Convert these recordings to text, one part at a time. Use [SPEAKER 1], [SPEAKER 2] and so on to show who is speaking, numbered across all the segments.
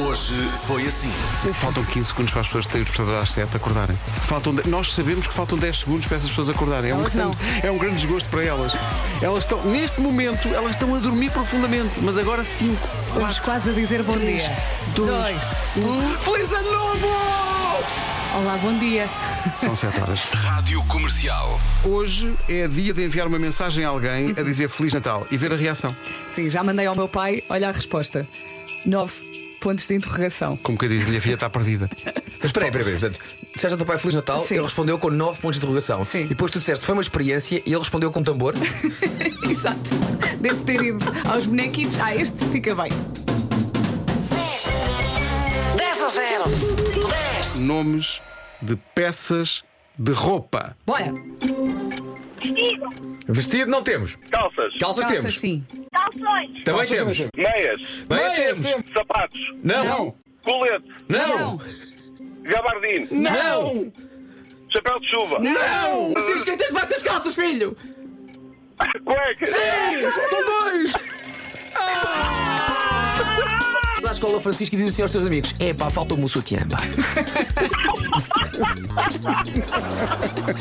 [SPEAKER 1] Hoje foi assim.
[SPEAKER 2] Faltam 15 segundos para as pessoas que têm o despertador às 7 acordarem. Faltam de- Nós sabemos que faltam 10 segundos para essas pessoas acordarem. É um,
[SPEAKER 3] Elas
[SPEAKER 2] grande, é um grande desgosto para elas. Elas estão, neste momento, elas estão a dormir profundamente, mas agora 5.
[SPEAKER 3] Estamos quase a dizer bom
[SPEAKER 2] Três,
[SPEAKER 3] dia.
[SPEAKER 2] dois,
[SPEAKER 3] dois, um.
[SPEAKER 2] Feliz ano novo!
[SPEAKER 3] Olá, bom dia.
[SPEAKER 2] São 7 horas.
[SPEAKER 1] Rádio Comercial.
[SPEAKER 2] Hoje é dia de enviar uma mensagem a alguém a dizer Feliz Natal e ver a reação.
[SPEAKER 3] Sim, já mandei ao meu pai, olha a resposta. Nove pontos de interrogação.
[SPEAKER 2] Como que eu digo, um minha filha está perdida.
[SPEAKER 4] Mas espera aí, espera aí, portanto, disseste ao teu pai Feliz
[SPEAKER 5] Então,
[SPEAKER 4] Natal,
[SPEAKER 3] Sim.
[SPEAKER 4] ele respondeu com 9 pontos de interrogação.
[SPEAKER 3] Sim.
[SPEAKER 4] E depois tu disseste, foi uma experiência, e ele respondeu com um tambor.
[SPEAKER 3] Exato. Devo ter ido aos bonequitos. Ah, este fica bem.
[SPEAKER 6] 10 a 0. 10.
[SPEAKER 2] Nomes de peças de roupa.
[SPEAKER 3] Bora.
[SPEAKER 4] Vestido não temos.
[SPEAKER 7] Calças,
[SPEAKER 4] Calças, temos.
[SPEAKER 3] sim.
[SPEAKER 8] Calções,
[SPEAKER 4] Também temos.
[SPEAKER 7] meias,
[SPEAKER 4] Meias temos.
[SPEAKER 7] sapatos,
[SPEAKER 4] Não.
[SPEAKER 7] colete,
[SPEAKER 5] Então,
[SPEAKER 4] Não.
[SPEAKER 7] gabardine,
[SPEAKER 4] Não.
[SPEAKER 7] chapéu de chuva,
[SPEAKER 4] Não. Francisco, quem tens debaixo das calças, filho?
[SPEAKER 7] cuecas.
[SPEAKER 2] Faltam dois!
[SPEAKER 4] Vais à escola Francisco e diz assim aos teus amigos: É pá, falta-me o sutiã, pá.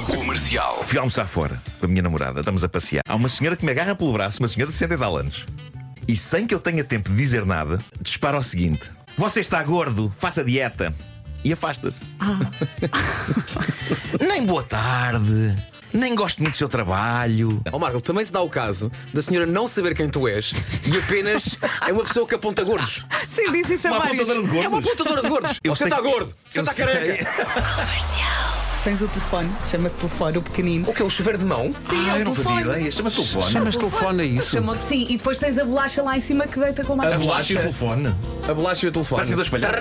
[SPEAKER 1] Comercial.
[SPEAKER 5] Fui almoçar fora com a minha namorada, estamos a passear. Há uma senhora que me agarra pelo braço, uma senhora de 60 e tal anos. E sem que eu tenha tempo de dizer nada, dispara o seguinte: Você está gordo, faça dieta. E afasta-se. nem boa tarde, nem gosto muito do seu trabalho.
[SPEAKER 4] Ó Marco, também se dá o caso da senhora não saber quem tu és e apenas é uma pessoa que aponta gordos.
[SPEAKER 3] Sim, disse isso a
[SPEAKER 5] Uma
[SPEAKER 3] vários.
[SPEAKER 5] apontadora de gordos.
[SPEAKER 4] É uma apontadora de gordos.
[SPEAKER 5] Eu
[SPEAKER 4] Você
[SPEAKER 5] sei
[SPEAKER 4] está
[SPEAKER 5] que-
[SPEAKER 4] gordo, você
[SPEAKER 5] eu
[SPEAKER 4] está
[SPEAKER 5] sei.
[SPEAKER 4] careca.
[SPEAKER 3] Tens o telefone, chama-se telefone, o pequenino.
[SPEAKER 4] O que é o chuveiro de mão?
[SPEAKER 3] Sim, é
[SPEAKER 5] Ah, eu
[SPEAKER 3] o
[SPEAKER 5] não fazia
[SPEAKER 3] telefone.
[SPEAKER 5] ideia. Chama-se telefone.
[SPEAKER 2] Chamas telefone a isso?
[SPEAKER 3] Chamou-te- é Sim, e depois tens a bolacha lá em cima que deita com mais
[SPEAKER 4] A
[SPEAKER 5] Relaxa
[SPEAKER 4] bolacha.
[SPEAKER 5] o telefone.
[SPEAKER 4] A bolacha e o telefone.
[SPEAKER 5] Parece dois palhaços.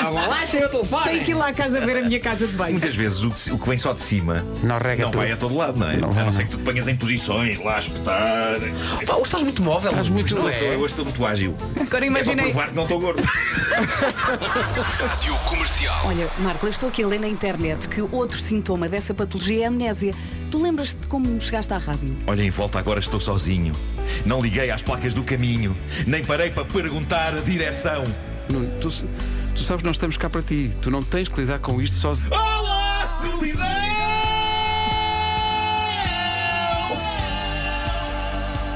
[SPEAKER 4] A bolacha e o telefone.
[SPEAKER 3] Tem que ir lá à casa ver a minha casa de banho.
[SPEAKER 5] Muitas vezes o, de- o que vem só de cima
[SPEAKER 2] Não rega tudo.
[SPEAKER 5] vai a todo lado, não é? a não ser que tu te ponhas em posições lá a espetar.
[SPEAKER 4] Pá, hoje estás muito móvel. Estás
[SPEAKER 2] muito-
[SPEAKER 4] não
[SPEAKER 5] Não, estou-
[SPEAKER 4] é?
[SPEAKER 5] Hoje estou muito ágil.
[SPEAKER 3] Agora
[SPEAKER 5] É para
[SPEAKER 3] imaginei.
[SPEAKER 5] provar que não estou gordo.
[SPEAKER 1] Rádio Comercial.
[SPEAKER 9] Olha, Marco, eu estou aqui a ler na internet que outro sintoma dessa patologia é a amnésia. Tu lembras-te de como chegaste à rádio?
[SPEAKER 5] Olha, em volta agora estou sozinho. Não liguei às placas do caminho, nem parei para perguntar a direção.
[SPEAKER 2] Nuno, tu, tu sabes que nós estamos cá para ti. Tu não tens que lidar com isto sozinho.
[SPEAKER 5] Olá, solidão!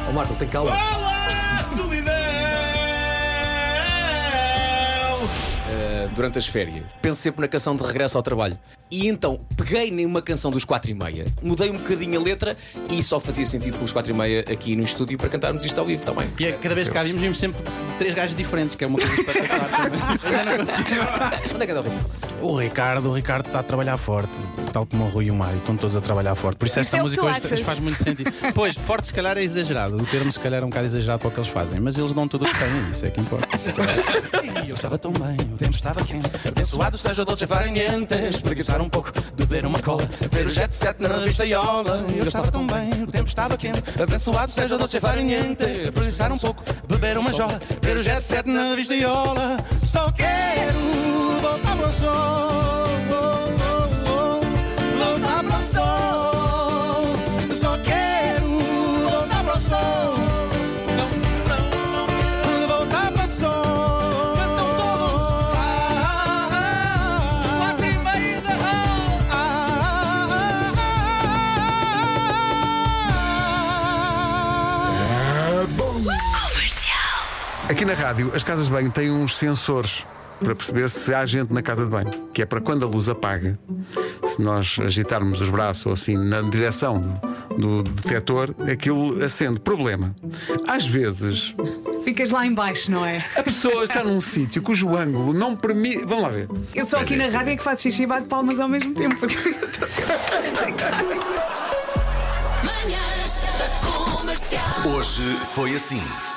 [SPEAKER 4] Ó Marco, tem calma.
[SPEAKER 5] Olá, solidão!
[SPEAKER 4] Uh, durante as férias, penso sempre na canção de regresso ao trabalho. E então peguei numa canção dos 4 e meia, mudei um bocadinho a letra e só fazia sentido com os 4 e meia aqui no estúdio para cantarmos isto ao vivo tá também.
[SPEAKER 10] E é que cada vez que cá vimos, vimos sempre três gajos diferentes, que é uma coisa espetacular também. Ainda não consegui.
[SPEAKER 4] Onde é que anda o ritmo?
[SPEAKER 10] O Ricardo, o Ricardo está a trabalhar forte, tal como o Rui e o Mário, estão todos a trabalhar forte. Por isso, esta
[SPEAKER 3] é o que
[SPEAKER 10] música
[SPEAKER 3] tu
[SPEAKER 10] hoje
[SPEAKER 3] achas?
[SPEAKER 10] faz muito sentido. Pois, forte se calhar é exagerado, o termo se calhar é um bocado exagerado para o que eles fazem, mas eles dão tudo o que têm, isso é que importa. E eu estava tão bem, o tempo estava quente, abençoado seja o Dolce Faraniente, espreguiçar um pouco, beber uma cola, ver o jet set na revista Iola. E eu estava tão bem, o tempo estava quente, abençoado seja o Dolce Faraniente, espreguiçar um pouco, beber uma jola, ver o jet set na revista Iola. Só quero voltar para o sol, voltar para o sol, só quero voltar para o sol. Voltar para o sol. Ah, ah, ah, ah, ah.
[SPEAKER 2] Aqui na rádio, as casas de banho têm uns sensores para perceber se há gente na casa de banho, que é para quando a luz apaga, se nós agitarmos os braços ou assim na direção do, do detector, aquilo acende. Problema. Às vezes,
[SPEAKER 3] Ficas lá em baixo, não é?
[SPEAKER 2] a pessoa está num sítio cujo ângulo não permite. Vamos lá ver.
[SPEAKER 3] Eu só aqui na rádio é que faço xixi e bato palmas ao mesmo tempo. Porque eu estou sempre...
[SPEAKER 1] Hoje foi assim.